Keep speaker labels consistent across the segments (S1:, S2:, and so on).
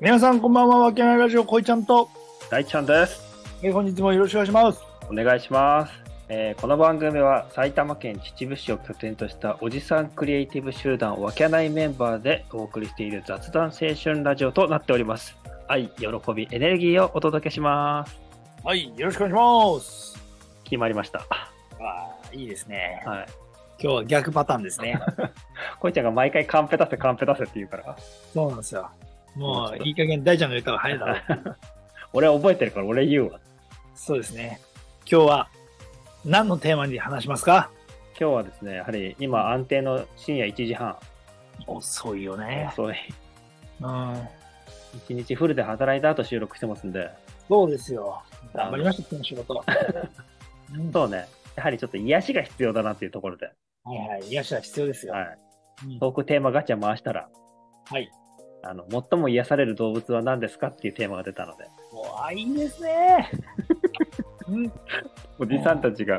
S1: 皆さんこんばんは、わけないラジオ、こいちゃんと、
S2: 大ちゃんです。
S1: えー本日もよろしくお願いします。
S2: お願いします。えーこの番組は埼玉県秩父市を拠点としたおじさんクリエイティブ集団わけないメンバーでお送りしている雑談青春ラジオとなっております。愛、喜び、エネルギーをお届けします。
S1: はい、よろしくお願いします。
S2: 決まりました。
S1: ああ、いいですね。
S2: はい。
S1: 今日は逆パターンですね。
S2: こいちゃんが毎回カンペ出せカンペ出せって言うか ら。
S1: そうなんですよ。もう、いい加減、大ちゃんの言った方が早いだろう。
S2: 俺覚えてるから俺言うわ。
S1: そうですね。今日は、何のテーマに話しますか
S2: 今日はですね、やはり今安定の深夜1時半。
S1: 遅いよね。
S2: 遅い。
S1: うん。
S2: 一日フルで働いた後収録してますんで。
S1: そうですよ。頑張りました、今日の仕事。うん
S2: そうね。やはりちょっと癒しが必要だなっていうところで。
S1: はいはい、癒しは必要ですよ。
S2: はい。
S1: うん
S2: トークテーマガチャ回したら、
S1: はい。
S2: あの、最も癒される動物は何ですかっていうテーマが出たので、
S1: おあいいですね。 うん、
S2: おじさんたちが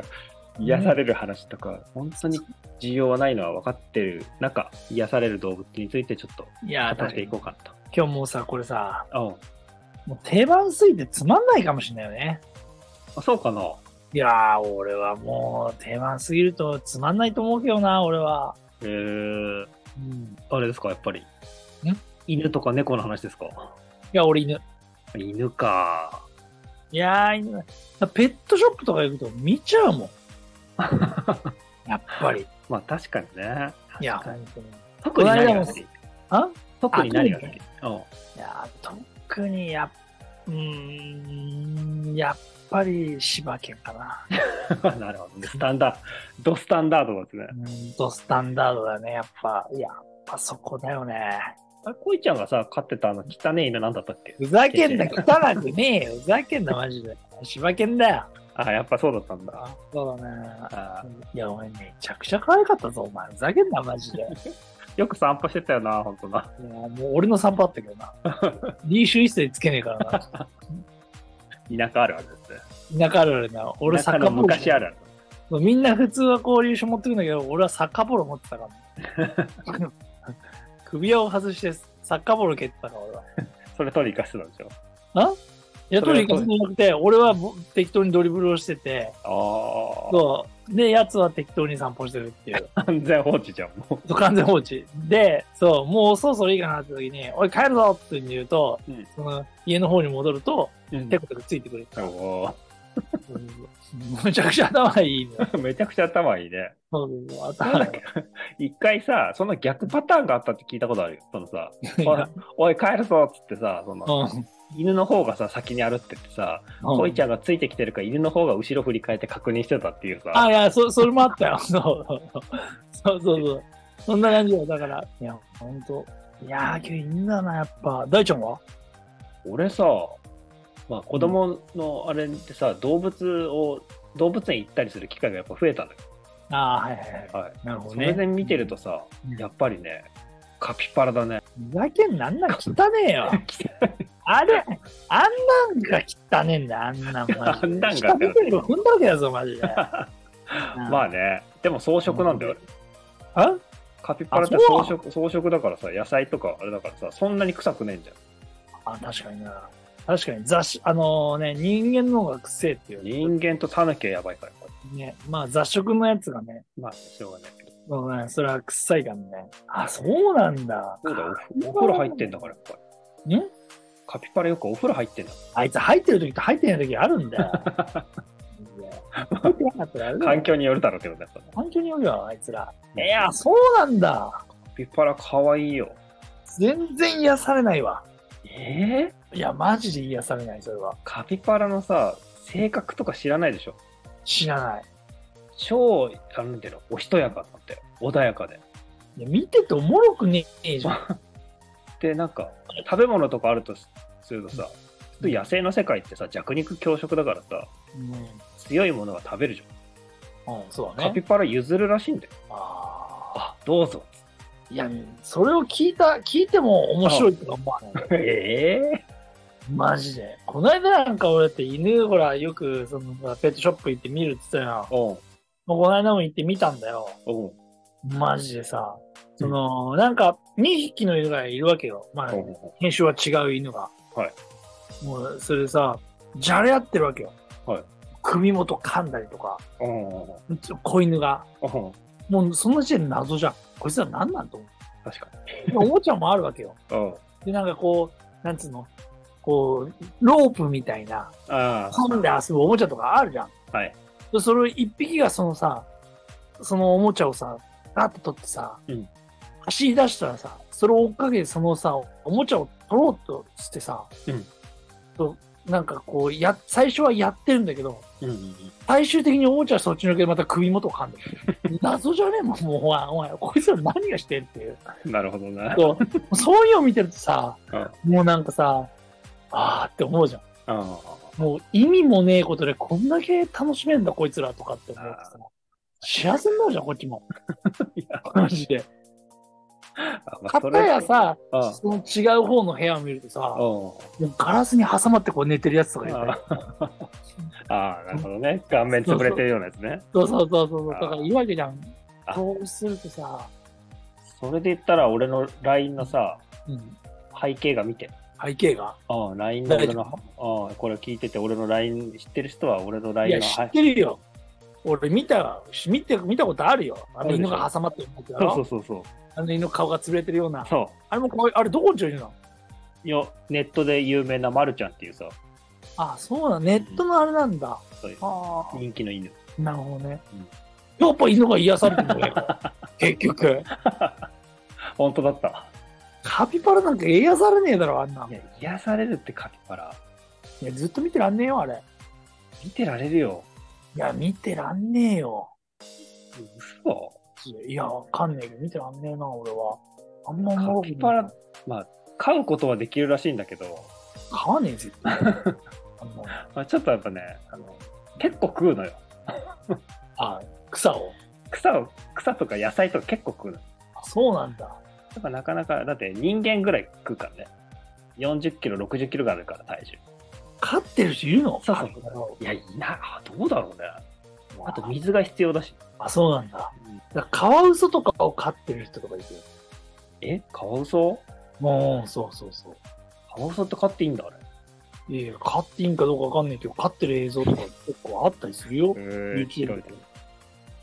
S2: 癒される話とか、本当に需要はないのは分かってる中、癒される動物についてちょっと
S1: いやー、
S2: 語っ
S1: 確か
S2: てい
S1: に
S2: こ。うかな
S1: 今日もうさ、これさ、
S2: と。うん。
S1: もう定番すぎてつまんないかもしれないよね。
S2: あそうかない
S1: やー、俺はもう定番すぎるとつまんないと思うけどな、俺は。
S2: えー、
S1: うん、い
S2: あれですか、やっぱり。犬とか猫の話ですか
S1: や、俺犬。
S2: 犬か。
S1: いやー、犬。ペットショップとか行くと見ちゃうも ん。やっぱり。
S2: まあ確かにね。
S1: いや、
S2: 確かに
S1: 本当に。
S2: 特に何が
S1: この間も
S2: 好き
S1: あ
S2: 特に何が好
S1: あ
S2: きうん。
S1: いやー、特にやっ、うーん、やっぱり柴犬かな。
S2: なるほどね。スタンダード、ドスタンダードですね。
S1: うんとスタンダードだね、やっぱ。やっぱそこだよね。
S2: あれ、こいちゃんがさ、飼ってたあの汚ね犬なんだったっけ
S1: ふざけんな、汚くねえよ。ふざけんな、マジで。柴犬だよ。
S2: あ、やっぱそうだったんだ。
S1: あ、そうだね。
S2: あ
S1: いや、お前めちゃくちゃ可愛かったぞ、お前。ふざけんな、マジで。い
S2: よく散歩してたよな、ほんとな。
S1: やもう俺の散歩あったけどな。 リーシュ一切つけねえから
S2: 田舎あるあるですね。
S1: な。田舎あるあるな。俺サ
S2: 田
S1: ッ
S2: 舎
S1: カー
S2: の
S1: ボール。
S2: 昔あるある。
S1: みんな普通はこうリーシュ持ってくんだけど、俺はサッカーボール持ってたから、 首輪を外してサッカーボール蹴ってたから、俺は。
S2: それ取り行かしてたんでし
S1: いや、とにかくなくて、俺はもう適当にドリブルをしてて、
S2: ょ。
S1: そう。で、やつは適当に散歩してるっていう。
S2: ああ、完全放置じゃん、も
S1: そう完全放置。で、そう、もうそろそろいいかなって時に、おい、帰るぞって言うと、
S2: うん
S1: その家の方に戻ると、
S2: う。
S1: テコテコついてくれた。
S2: お
S1: むちゃくちゃ頭いいね。
S2: ーめちゃくちゃ頭いいね。
S1: そうそう
S2: なん
S1: 頭
S2: だ
S1: い
S2: っけ一回さ、その逆パターンがあったって聞いたことあるよ。そのさ、
S1: い
S2: おい
S1: な。
S2: おい帰るぞっつってさ、そ
S1: う
S2: の、
S1: ん
S2: 犬の方がさ、先に歩ってってさ、こいちゃんがついてきてるか、犬の方が後ろ振り返って確認してたっていう
S1: あ、
S2: さ、
S1: いや、そ、それもあったよ。そうそうそう。そうそうそう。そんな感じよ。だから、いや、ほんと。いやー、今日犬だな、やっぱ。大ちゃんは
S2: 俺さ、まあ子供のあれってさ、動物を、動物園行ったりする機会がやっぱ増えたんだけ
S1: ああ、はいはいはい。
S2: ど、はい。
S1: なるほど
S2: そ
S1: ね。
S2: れで見てるとさ、やっぱりね、カピバラ だね。
S1: ふざけんなんなん汚ねえよ。あれ、あんなんが汚ねえんだよ、あんなんマジで。
S2: あんなんが
S1: 下見てるよ踏んだわけだぞ、マジ で。
S2: まあね、でも装飾なんだよ、あれ
S1: あ、あ
S2: カピバラって
S1: あそう
S2: 装飾、装飾だからさ、野菜とかあれだからさ、そんなに臭くねえんじゃん。
S1: あ確かにな。確かに雑誌、あのね、人間の方がくせえっていう。
S2: 人間とタヌキはやばいから、これ
S1: ね、まあ雑食のやつがね、
S2: まあ、しょうがないけど。
S1: そうね、それは臭いからね。あ、そうなんだ。
S2: そうだよ、おお風呂入ってんだから、やっぱり。
S1: ん
S2: カピバラよくお風呂入ってんだ。
S1: あいつ入ってる時と入ってない時あるんだよ。いや入ってなかったらあれだよ
S2: 環境によるだろうけどね、やっぱね
S1: 環境によるよ、あいつら。い
S2: い
S1: や、そうなんだ。
S2: カピバラ可愛いよ。
S1: 全然癒されないわ。
S2: ええ
S1: いや、マジで癒されない、それは。
S2: カピバラのさ、性格とか知らないでしょ
S1: 知らない。
S2: 超、なんていうの、おしとやかなんだよ。穏やかで。
S1: いや見てておもろくねえじゃん。
S2: で、なんか、食べ物とかあるとすするとさ、普通野生の世界ってさ、弱肉強食だからさ、
S1: うん、
S2: 強いものは食べるじゃ。
S1: うんそうん
S2: カ
S1: だ
S2: ピ
S1: ね。
S2: バラ譲るらしいんだよ。
S1: あ
S2: あ、どうぞ。
S1: ーいや、それを聞いた、聞いても面白いとか思わない。
S2: ええ
S1: マジで。この間なんか俺だって犬、ほら、よく、その、ペットショップ行って見るって言ってたよ。
S2: おう
S1: もうこの間も行って見たんだよ。
S2: おう
S1: マジでさ、その、なんか、2匹の犬がいるわけよ。まあ、
S2: は
S1: 犬種は違う犬が。。
S2: はい
S1: もう、それさ、じゃれ合ってるわけよ。
S2: はい。
S1: 首元噛んだりとか、
S2: い。うん
S1: 子犬が。
S2: うん
S1: もう、その時点で謎じゃん。こいつら何なんと思
S2: 確か
S1: う。おもちゃもあるわけよ。
S2: に。うん
S1: で、なんかこう、なんつうの、こう、ロープみたいな、
S2: あ
S1: 噛んで遊ぶおもちゃとかあるじゃん。
S2: あ、はい。
S1: でそれを一匹がそのさ、そのおもちゃをさ、ガッと取ってさ、
S2: うん
S1: 走り出したらさ、それを追っかけてそのさ、おもちゃを取ろうとしてさ、
S2: うん
S1: となんかこうや、最初はやってるんだけど、
S2: うんうん
S1: 最終的におもちゃはそっちのけでまた首元を噛ん でる。謎じゃねえもん、もうお前、お前、こいつら何がしてん っていう。
S2: うんなるほどな。
S1: そうそういうのを見てるとさ、
S2: う
S1: もうなんかさ、あーって思うじゃん。
S2: あ
S1: もう意味もねえことでこんだけ楽しめんだこいつらとかって思ってさ、幸せになるじゃん、こっち も。
S2: いや
S1: マジで。
S2: あまあ
S1: 片やさ、
S2: うん
S1: その違う方の部屋を見るとさ、
S2: それ
S1: もうガラスに挟まってこう寝てるやつとか
S2: う
S1: い
S2: ん
S1: て、
S2: ああああ、なるほどね。顔面潰れてるようなやつね。
S1: そうそうそうそう、だ
S2: あ
S1: からいいわけじゃん。
S2: あ
S1: そうするとさ、
S2: それで言ったら、俺の LINE のさ、
S1: うん、
S2: 背景が見て。
S1: 背景が。
S2: ああ、LINE の俺
S1: 大丈
S2: の、ああ、これ聞いてて、俺の LINE 知ってる人は、俺の
S1: い
S2: LINE
S1: や、
S2: の、
S1: 知
S2: は
S1: っ
S2: い
S1: てるよ。俺見た、見て、見たことあるよ。あ
S2: あ
S1: の
S2: るで
S1: 犬
S2: しょ
S1: が挟まってるやつだ
S2: そうそ
S1: ろ。
S2: うそうそう。
S1: あの犬の顔が潰れてるような。
S2: そ
S1: あれもこうあれどこにいるの
S2: う。よ、ネットで有名なまるちゃんっていうさ、
S1: あ、そうなん、ネットのあれなんだ。
S2: そういう
S1: ああ。
S2: 人気の犬。
S1: なるほどね
S2: うん。
S1: やっぱ犬が癒されてる んだよ。結局。
S2: 本当だった。
S1: カピバラなんか癒されねえだろ、あんなん
S2: い。や、癒されるってカピバラ。
S1: いや、ずっと見てらんねえよ、あれ。
S2: 見てられるよ。
S1: いや、見てらんねえよ。
S2: 嘘
S1: いや、わかんねえけど、見てらんねえな、俺は。あんま
S2: カピバラ、まあ、飼うことはできるらしいんだけど、
S1: 買わねえぜ。 あんな
S2: まあ、ちょっとやっぱね、あの結構食うのよ。
S1: あ、草を。
S2: 草を、草とか野菜とか結構食うの。
S1: あそうなんだ。
S2: だからなかなか、だって人間ぐらい食うからね。40キロ、60キロがあるから、体重。
S1: 飼ってる人いるの
S2: そうそう
S1: カピバラを
S2: いや、いな、あどうだろうね。あと水が必要だし。
S1: あ、そうなんだ。だからカワウソとかを飼ってる人とかいるよ。
S2: えカワウソ
S1: もう、そうそうそう。
S2: カワウソって飼っていいんだ、あれ。
S1: いや、飼っていいんかどうかわかんないけど、飼ってる映像とか結構あったりするよ。
S2: へ
S1: YouTube で。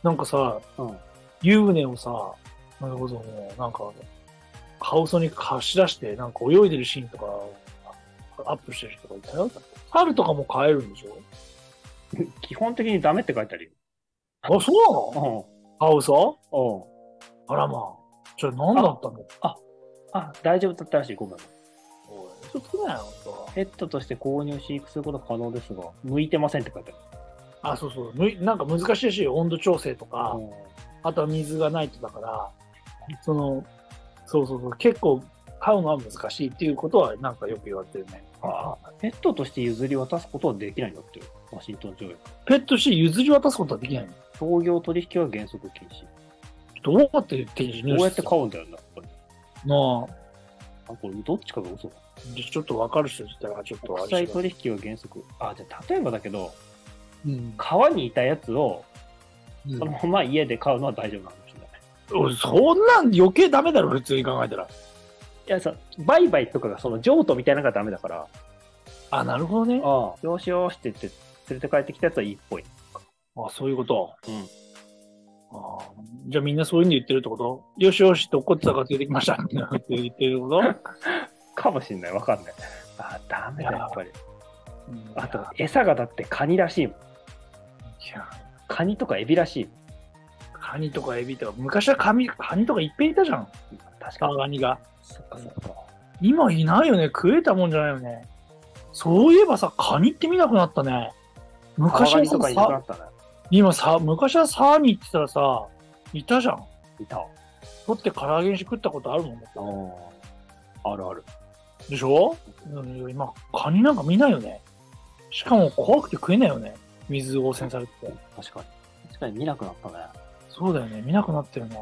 S1: なんかさ、
S2: うん
S1: 湯船をさ、なるほどもう、なんか、カウソに貸し出して、なんか泳いでるシーンとか、アップしてる人がいたよ。猿とかも飼えるんでしょ
S2: 基本的にダメって書いてある
S1: あ、そうなの
S2: よ。
S1: カウソ
S2: うん。うん。
S1: あらまあ。ちょ、何だったの
S2: あ、大丈夫だったらしい。ごめん。
S1: おい、ちょっとだよ、ほん
S2: ペットとして購入飼育することは可能ですが、向いてませんって書いて
S1: とあ、そうそう。むなんか難しいらしいよ。温度調整と
S2: あ
S1: か
S2: る。、うん
S1: あとは水がないとだから、その、そうそうそう。結構、飼うのは難しいっていうことは、なんかよく言われてるね。
S2: あペットとして譲り渡すことはできないんだってよ、ワシントン条約。
S1: ペットして譲り渡すことはできないの
S2: 商業取引は原則禁止。
S1: どうやって手に入
S2: どうやって買
S1: う
S2: うんだよな、これ。
S1: の
S2: あこれどっちかが嘘だ。
S1: じゃあちょっと分かる人いたらちょっと
S2: 国
S1: あれし
S2: 際
S1: よ
S2: 取引は原則。あ、じゃあ例えばだけど、
S1: ううん
S2: 川にいたやつを
S1: うん
S2: そのまま家で買うのは大丈夫なんですね。
S1: おいそんなん余計ダメだろ普通に考えたら
S2: いや、さ、売買とかがその譲渡みたいなのがダメだから、
S1: あなるほどねあ
S2: ああ、よしよしって言って連れて帰ってきたやつはいいっぽい。
S1: そういうこと
S2: うん。
S1: あーじゃあみんなそういうの言ってるってことよしよしって怒ってたから出てきました って言ってること、
S2: かもしんない、わかんない。あ、ダメだ、やっぱり。
S1: うん
S2: あと、餌がだってカニらしいもん。
S1: いや
S2: カニとかエビらしいもん。
S1: カニとかエビとか昔はカニカニとかいっぺんいたじゃん
S2: 確かに。
S1: カニが
S2: そっかそっか。
S1: 今いないよね食えたもんじゃないよねそういえばさカニって見なくなったね昔
S2: カ
S1: は
S2: ニ
S1: さ
S2: とかいなくなったね。
S1: 今さ、昔は沢に行ってたらさ、いたじゃん。
S2: いた。
S1: 取って唐揚げにして食ったことあるもん。
S2: ああるある。
S1: でしょうん今、カニなんか見ないよね。しかも怖くて食えないよね。水汚染されてて。
S2: 確かに。確かに見なくなったね。
S1: そうだよね。見なくなってるな。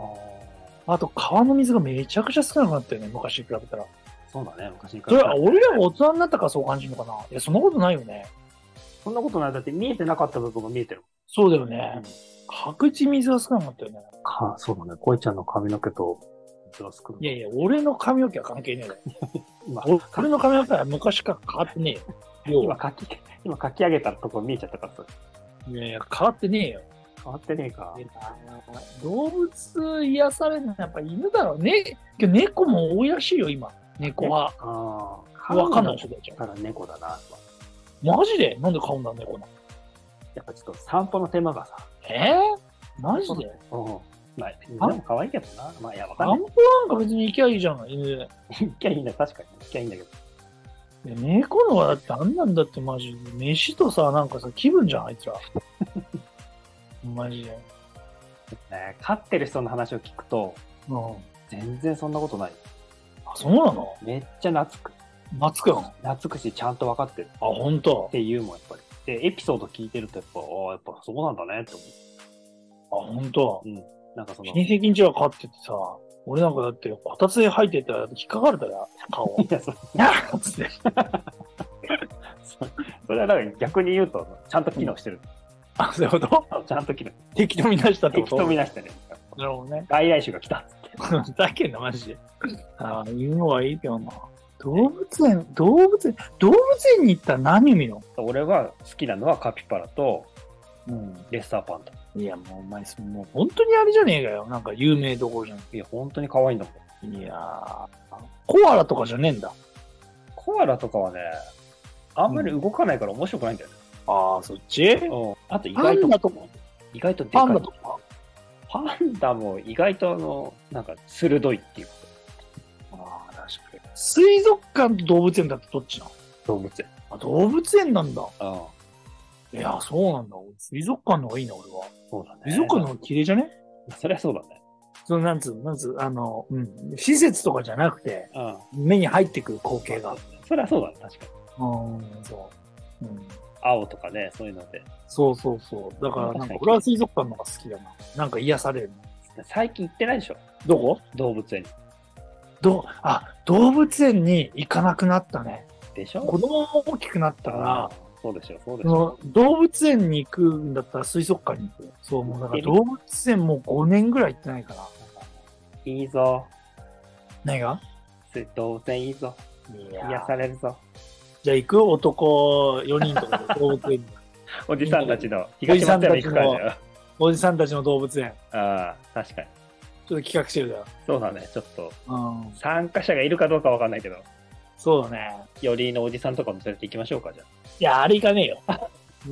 S1: あと、川の水がめちゃくちゃ少なくなったよね。昔に比べたら。
S2: そうだね、昔に比
S1: そ
S2: べ
S1: れ
S2: たら
S1: は俺らが大人になったからそう感じるのかな。いや、そんなことないよね。
S2: そんなことない。だって見えてなかった部分が見えてる
S1: そうだよ
S2: もん。
S1: ね。確実に水は少なかったよね。
S2: か、そうだね。こいちゃんの髪の毛と、ずらすく
S1: いやいや、俺の髪の毛は関係 ねえだろ。
S2: 今、
S1: 俺俺の髪の毛は昔から変わってねえよ。要
S2: 今
S1: は。
S2: 書き、今書き上げたとこ見えちゃったからさ、
S1: いやいや、変わってねえよ。
S2: 変わってねえか。
S1: 動物癒されるのはやっぱ犬だろうね。けど猫も多いらしいよ、今。猫は。
S2: ああ。
S1: わかんないい人たちは。
S2: から猫だな、やっぱ
S1: マジでなんで買うんだ、猫なの。
S2: やっぱちょっと散歩の手間がさ、
S1: えー、マジで
S2: うん。まあ、犬も可愛いけどな。まあ、いや、わか
S1: 散
S2: んな
S1: 歩
S2: い。
S1: なんか別に行きゃいいじゃん、犬。で
S2: 行きゃいいんだ、確かに。行きゃいいんだけど。
S1: 猫のはだってあんなんだってマジで。飯とさ、なんかさ、気分じゃん、あいつら。 マジで。
S2: ね、飼ってる人の話を聞くと、
S1: うん。
S2: 全然そんなことない。
S1: あ、そうなの
S2: めっちゃ懐く。
S1: 夏くん。あ、
S2: 懐くし、ちゃんと分かってる。っ
S1: ほんと。
S2: ていうもん、やっぱり。で、エピソード聞いてると、やっぱ、ああ、やっぱそうなんだね、って思
S1: あ、ほんと。
S2: う。なんかその、
S1: 親戚んちは飼っててさ、俺なんかだって、こたつに入ってたら引っかかれたら、顔。
S2: いや、そ
S1: なっつって。
S2: そそれはなんか逆に言うと、ちゃんと機能してる。
S1: あ、そういうこと
S2: ちゃんと機能。
S1: 敵と見なしたってこ
S2: 適
S1: と
S2: 当見なしてね。
S1: なるほ どね。
S2: 外来種が来たっつって。
S1: だけどな、マジで。 ああ、犬はいいけどな。動物園、動物園、動物園に行ったら何見るの
S2: 俺は好きなのはカピバラと
S1: う
S2: レッサーパンダ。
S1: ん。いや、もうお前、そもう本当にあれじゃねえかよ。なんか有名どころじゃ
S2: いや、本当に可愛いんだもん。
S1: ん。いやー、コアラとかじゃねえんだ。
S2: コアラとかはね、あんまり動かないから面白くないんだよね。
S1: ああ、そっち
S2: うんあと意
S1: パ
S2: 外
S1: ン
S2: と、
S1: ダとか、
S2: 意外とでか
S1: パ
S2: い
S1: ンダとか。
S2: パンダも意外とあの、なんか鋭いっていうか
S1: ああ、確かに。水族館と動物園だってどっちなの
S2: 動物園。
S1: あ、動物園なんだ。
S2: うん。
S1: いや、そうなんだ。俺水族館の方がいいな、俺は。
S2: そうだね。
S1: 水族館の方が綺麗じゃね
S2: そりゃそうだね。
S1: そのなんつうの、なんつう、あの、うん、施設とかじゃなくて、
S2: うん。
S1: 目に入ってくる光景が。
S2: そりゃそうだね、確かに。
S1: うん、そう。うん。
S2: 青とかね、そういうので。
S1: そうそうそう。だから、なんか、俺は水族館の方が好きだな。なんか癒されるな。
S2: 最近行ってないでしょ
S1: どこ
S2: 動物園に。
S1: ど、あ、動物園に行かなくなったね。
S2: でしょ
S1: 子供も大きくなったから、
S2: そうでしょ、そうでし
S1: そ
S2: ょ。
S1: の動物園に行くんだったら水族館に行く。そう、もうだから動物園もう5年ぐらい行ってないから。
S2: いいぞ。
S1: 何が
S2: す動物園いいぞ。
S1: い
S2: 癒されるぞ。
S1: じゃあ行く男4人とか で動物園に。
S2: おじさんたちの
S1: おじ
S2: 東
S1: さん
S2: 松
S1: たちの
S2: 山行くからだよ。
S1: おじさんたちの動物園。
S2: ああ、確かに。
S1: ちょっと企画してるだよ。
S2: そうだね、ちょっと。
S1: うん。
S2: 参加者がいるかどうかわかんないけど、
S1: そうだね。
S2: よりのおじさんとかも連れて行きましょうか、じゃ
S1: いや、あれいかねえよ。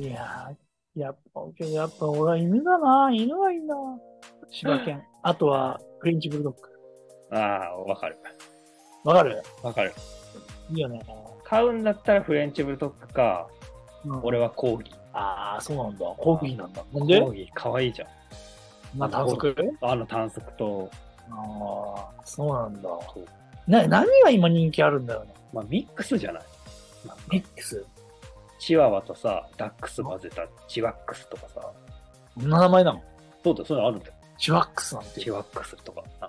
S1: いやー、やっぱ、けどやっぱ俺は犬だな。犬はいいな。柴犬。あとは、フレンチブルドッグ。
S2: あ。ああ、わかる。
S1: わかる
S2: わかる。
S1: いいよね。
S2: 買うんだったらフレンチブルドッグか、
S1: うん
S2: 俺はコーギー。
S1: ああ、そうなんだ。コーギーなんだ。なん
S2: コ
S1: で
S2: ーギーかわいいじゃん。
S1: まあ、単独
S2: あの短足と、
S1: ああ、そうなんだ
S2: う。
S1: な、何が今人気あるんだよね。
S2: まあミックスじゃない。
S1: ミックス。
S2: チワワとさ、ダックス混ぜたチワックスとかさ、
S1: こんな名前なの
S2: そうだよ、そういうのあるんだよ。
S1: チワックスなんて。
S2: チワックスとか。なん
S1: あ
S2: か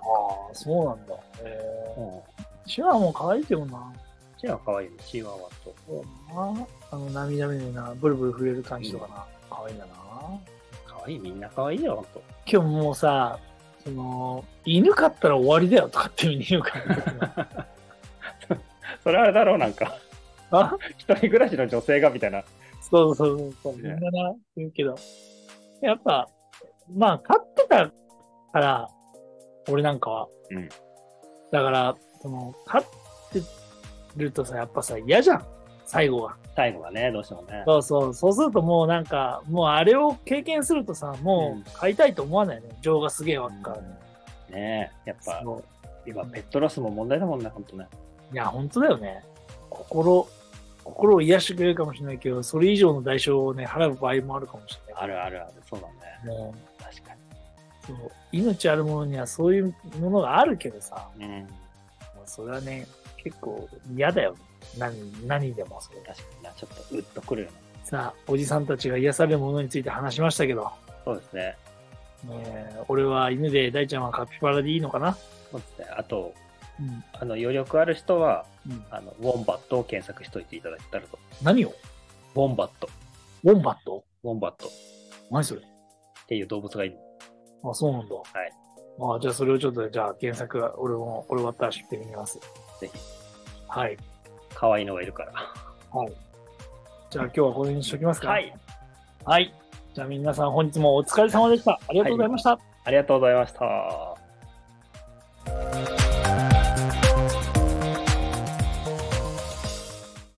S1: あ、そうなんだ。え
S2: うん
S1: ー、チワワも可愛いけどな。
S2: チワワかわいいね、チワワと。
S1: なあの涙目でな、ブルブル震える感じとかな、可愛いんだな。
S2: かわいい、みんなかわいいよ、ほんと。
S1: 今日もうさ、その、犬飼ったら終わりだよとかっていう犬飼ってる
S2: それあれだろう、なんか、
S1: あ
S2: 一人暮らしの女性がみたいな。
S1: そうそうそうそう、みんなな、言うけど。やっぱ、まあ、飼ってたから、俺なんかは。
S2: うん
S1: だから、その、飼ってるとさ、やっぱさ、嫌じゃん。最後は。
S2: 最後はね、どうしてもね。
S1: そうそう、そうするともうなんか、もうあれを経験するとさ、もう飼いたいと思わないね。情がすげえ湧くからね。
S2: ねえ、やっぱ、
S1: そう
S2: 今、ペットロスも問題だもんね、ほんとね。
S1: いや、本当だよね。心、心を癒してくれるかもしれないけど、それ以上の代償をね、払う場合もあるかもしれない。
S2: あるあるある、そうだね。
S1: もう
S2: 確か
S1: そう命あるものにはそういうものがあるけどさ、
S2: に。うん、
S1: もうそれはね、結構嫌だよ。何、何でもそれ。
S2: 確かにな、ちょっと、うっとくるよね。
S1: さあ、おじさんたちが癒されるものについて話しましたけど、
S2: そうですね。
S1: ねえ俺は犬で、大ちゃんはカピバラでいいのかな
S2: そうですね。あと、
S1: うん。
S2: あの、余力ある人は、
S1: うん、
S2: あの、ウォンバットを検索しといていただいたらと。
S1: 何を
S2: ウォンバット。
S1: ウォンバット
S2: ウォンバット。
S1: 何それ
S2: っていう動物がいる。
S1: あ、そうなんだ。はい。あ、じゃあそれをちょっと、じゃあ検索、俺も、俺終わったら知ってみます。
S2: ぜひ、
S1: はい。
S2: 可愛いのがいるから。
S1: じゃあ今日はこの辺にしときますか。
S2: はい。
S1: はい。じゃあ皆さん本日もお疲れ様でした。ありがとうございました。
S2: ありがとうございました。